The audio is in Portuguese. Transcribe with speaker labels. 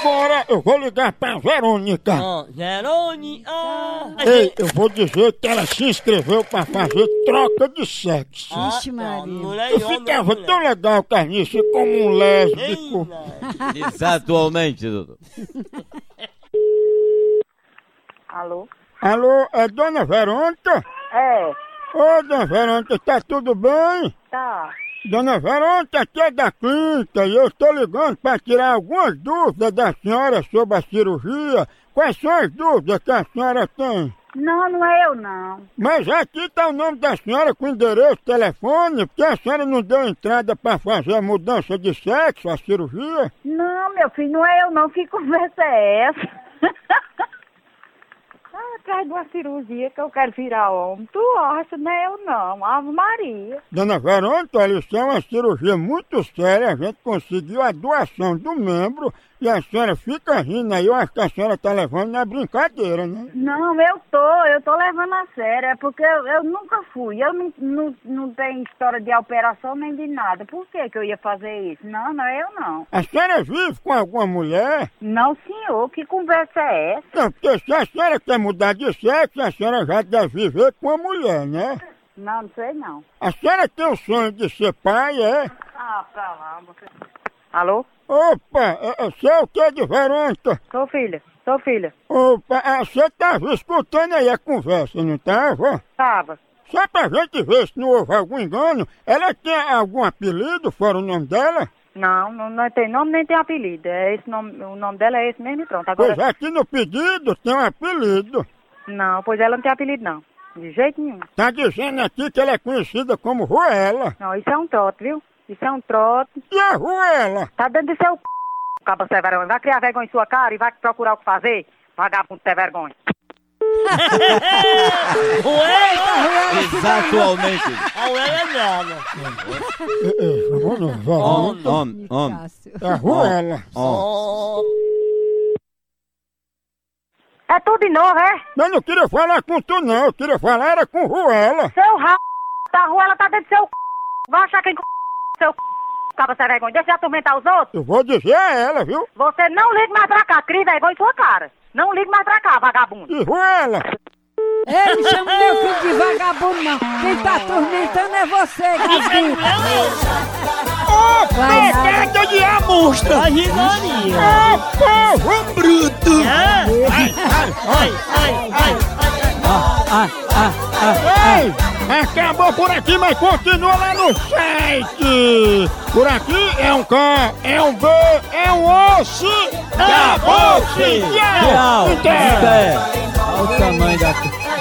Speaker 1: Agora eu vou ligar pra Verônica.
Speaker 2: Ó, Verônica.
Speaker 1: Ei, eu vou dizer que ela se inscreveu pra fazer troca de sexo.
Speaker 2: Ah,
Speaker 3: Vixe,
Speaker 2: não,
Speaker 3: Maria.
Speaker 2: mulher
Speaker 1: Eu
Speaker 2: e homem,
Speaker 1: ficava
Speaker 2: mulher.
Speaker 1: tão legal, Carnice, como um lésbico.
Speaker 2: Eita.
Speaker 4: Diz atualmente, doutor.
Speaker 5: Alô?
Speaker 1: Alô, é Dona Verônica?
Speaker 5: É,
Speaker 1: Ô, Dona Verônica, tá tudo bem?
Speaker 5: tá.
Speaker 1: Dona Verônica, aqui é da clínica e eu estou ligando para tirar algumas dúvidas da senhora sobre a cirurgia. Quais são as dúvidas que a senhora tem?
Speaker 5: Não, não é eu não.
Speaker 1: Mas aqui está o nome da senhora com endereço, telefone, porque a senhora não deu entrada para fazer a mudança de sexo, a cirurgia.
Speaker 5: Não, meu filho, não é eu não. Que conversa é essa? ah, atrás de uma cirurgia que eu quero virar homem. Tu acha, não é eu não. Ave Maria.
Speaker 1: Dona Verônica, olha, isso é uma cirurgia muito séria. A gente conseguiu a doação do membro e a senhora fica rindo aí. Eu acho que a senhora está levando na brincadeira, né?
Speaker 5: Não, eu tô, eu tô levando a sério. É porque eu, eu nunca fui. Eu não, não, não tenho história de operação nem de nada. Por que que eu ia fazer isso? Não, não é eu não.
Speaker 1: A senhora vive com alguma mulher?
Speaker 5: Não, senhor, que conversa é essa?
Speaker 1: Não, porque se a senhora quer mudar de sexo, a senhora já deve viver com a mulher, né?
Speaker 5: Não, não sei não.
Speaker 1: A senhora tem o sonho de ser pai, é?
Speaker 5: Ah, pra lá. Você... Alô?
Speaker 1: Opa, é- é- você é o que de Verônica?
Speaker 5: Sou filha, sou filha.
Speaker 1: Opa, ah, você tava escutando aí a conversa, não tava?
Speaker 5: Tava.
Speaker 1: Só pra gente ver se não houve algum engano, ela tem algum apelido fora o nome dela?
Speaker 5: Não, não, não tem nome nem tem apelido. É esse nome, o nome dela é esse mesmo e pronto. Agora,
Speaker 1: Pois aqui no pedido tem um apelido.
Speaker 5: não, pois ela não tem apelido não. De jeito nenhum.
Speaker 1: Tá dizendo aqui que ela é conhecida como Ruela.
Speaker 5: Não, isso é um trote, viu? Isso é um trote.
Speaker 1: E a Ruela?
Speaker 5: Tá dentro do seu c... Caba sem vergonha. Vai criar vergonha em sua cara e vai procurar o que fazer. Vagabundo sem vergonha.
Speaker 2: Ué,
Speaker 4: Diz atualmente.
Speaker 2: a ué é nada.
Speaker 1: É, é, vamos lá, vamos.
Speaker 4: Homem, homem, homem.
Speaker 1: É a Ruela.
Speaker 4: Homem.
Speaker 2: Ó,
Speaker 5: É tudo de novo, é?
Speaker 1: Eu não queria falar com tu não, eu queria falar era com Ruela.
Speaker 5: Seu ra... da rua, ela tá dentro do seu c... Vai achar quem c... seu c... Caba sem vergonha. Deixa de atormentar os outros.
Speaker 1: Eu vou dizer a ela, viu?
Speaker 5: Você não liga mais pra cá. Cria vergonha em sua cara. Não liga mais pra cá, vagabundo.
Speaker 1: E Ruela,
Speaker 3: Ei, não chama meu filho de vagabundo, não. Quem tá atormentando é você, Gasguinho. Vai nada.
Speaker 2: A risaria.
Speaker 1: povo bruto!
Speaker 2: É? Ai, ai, ai, ai, ai, ai, ai.
Speaker 1: Ah, Ei, ah. acabou por aqui, mas continua lá no site! Por aqui é um K, é um B, é um osso! Então, Acabou-se! Tchau!
Speaker 4: Tchau.
Speaker 1: Tchau!
Speaker 4: Pé. Olha o tamanho da.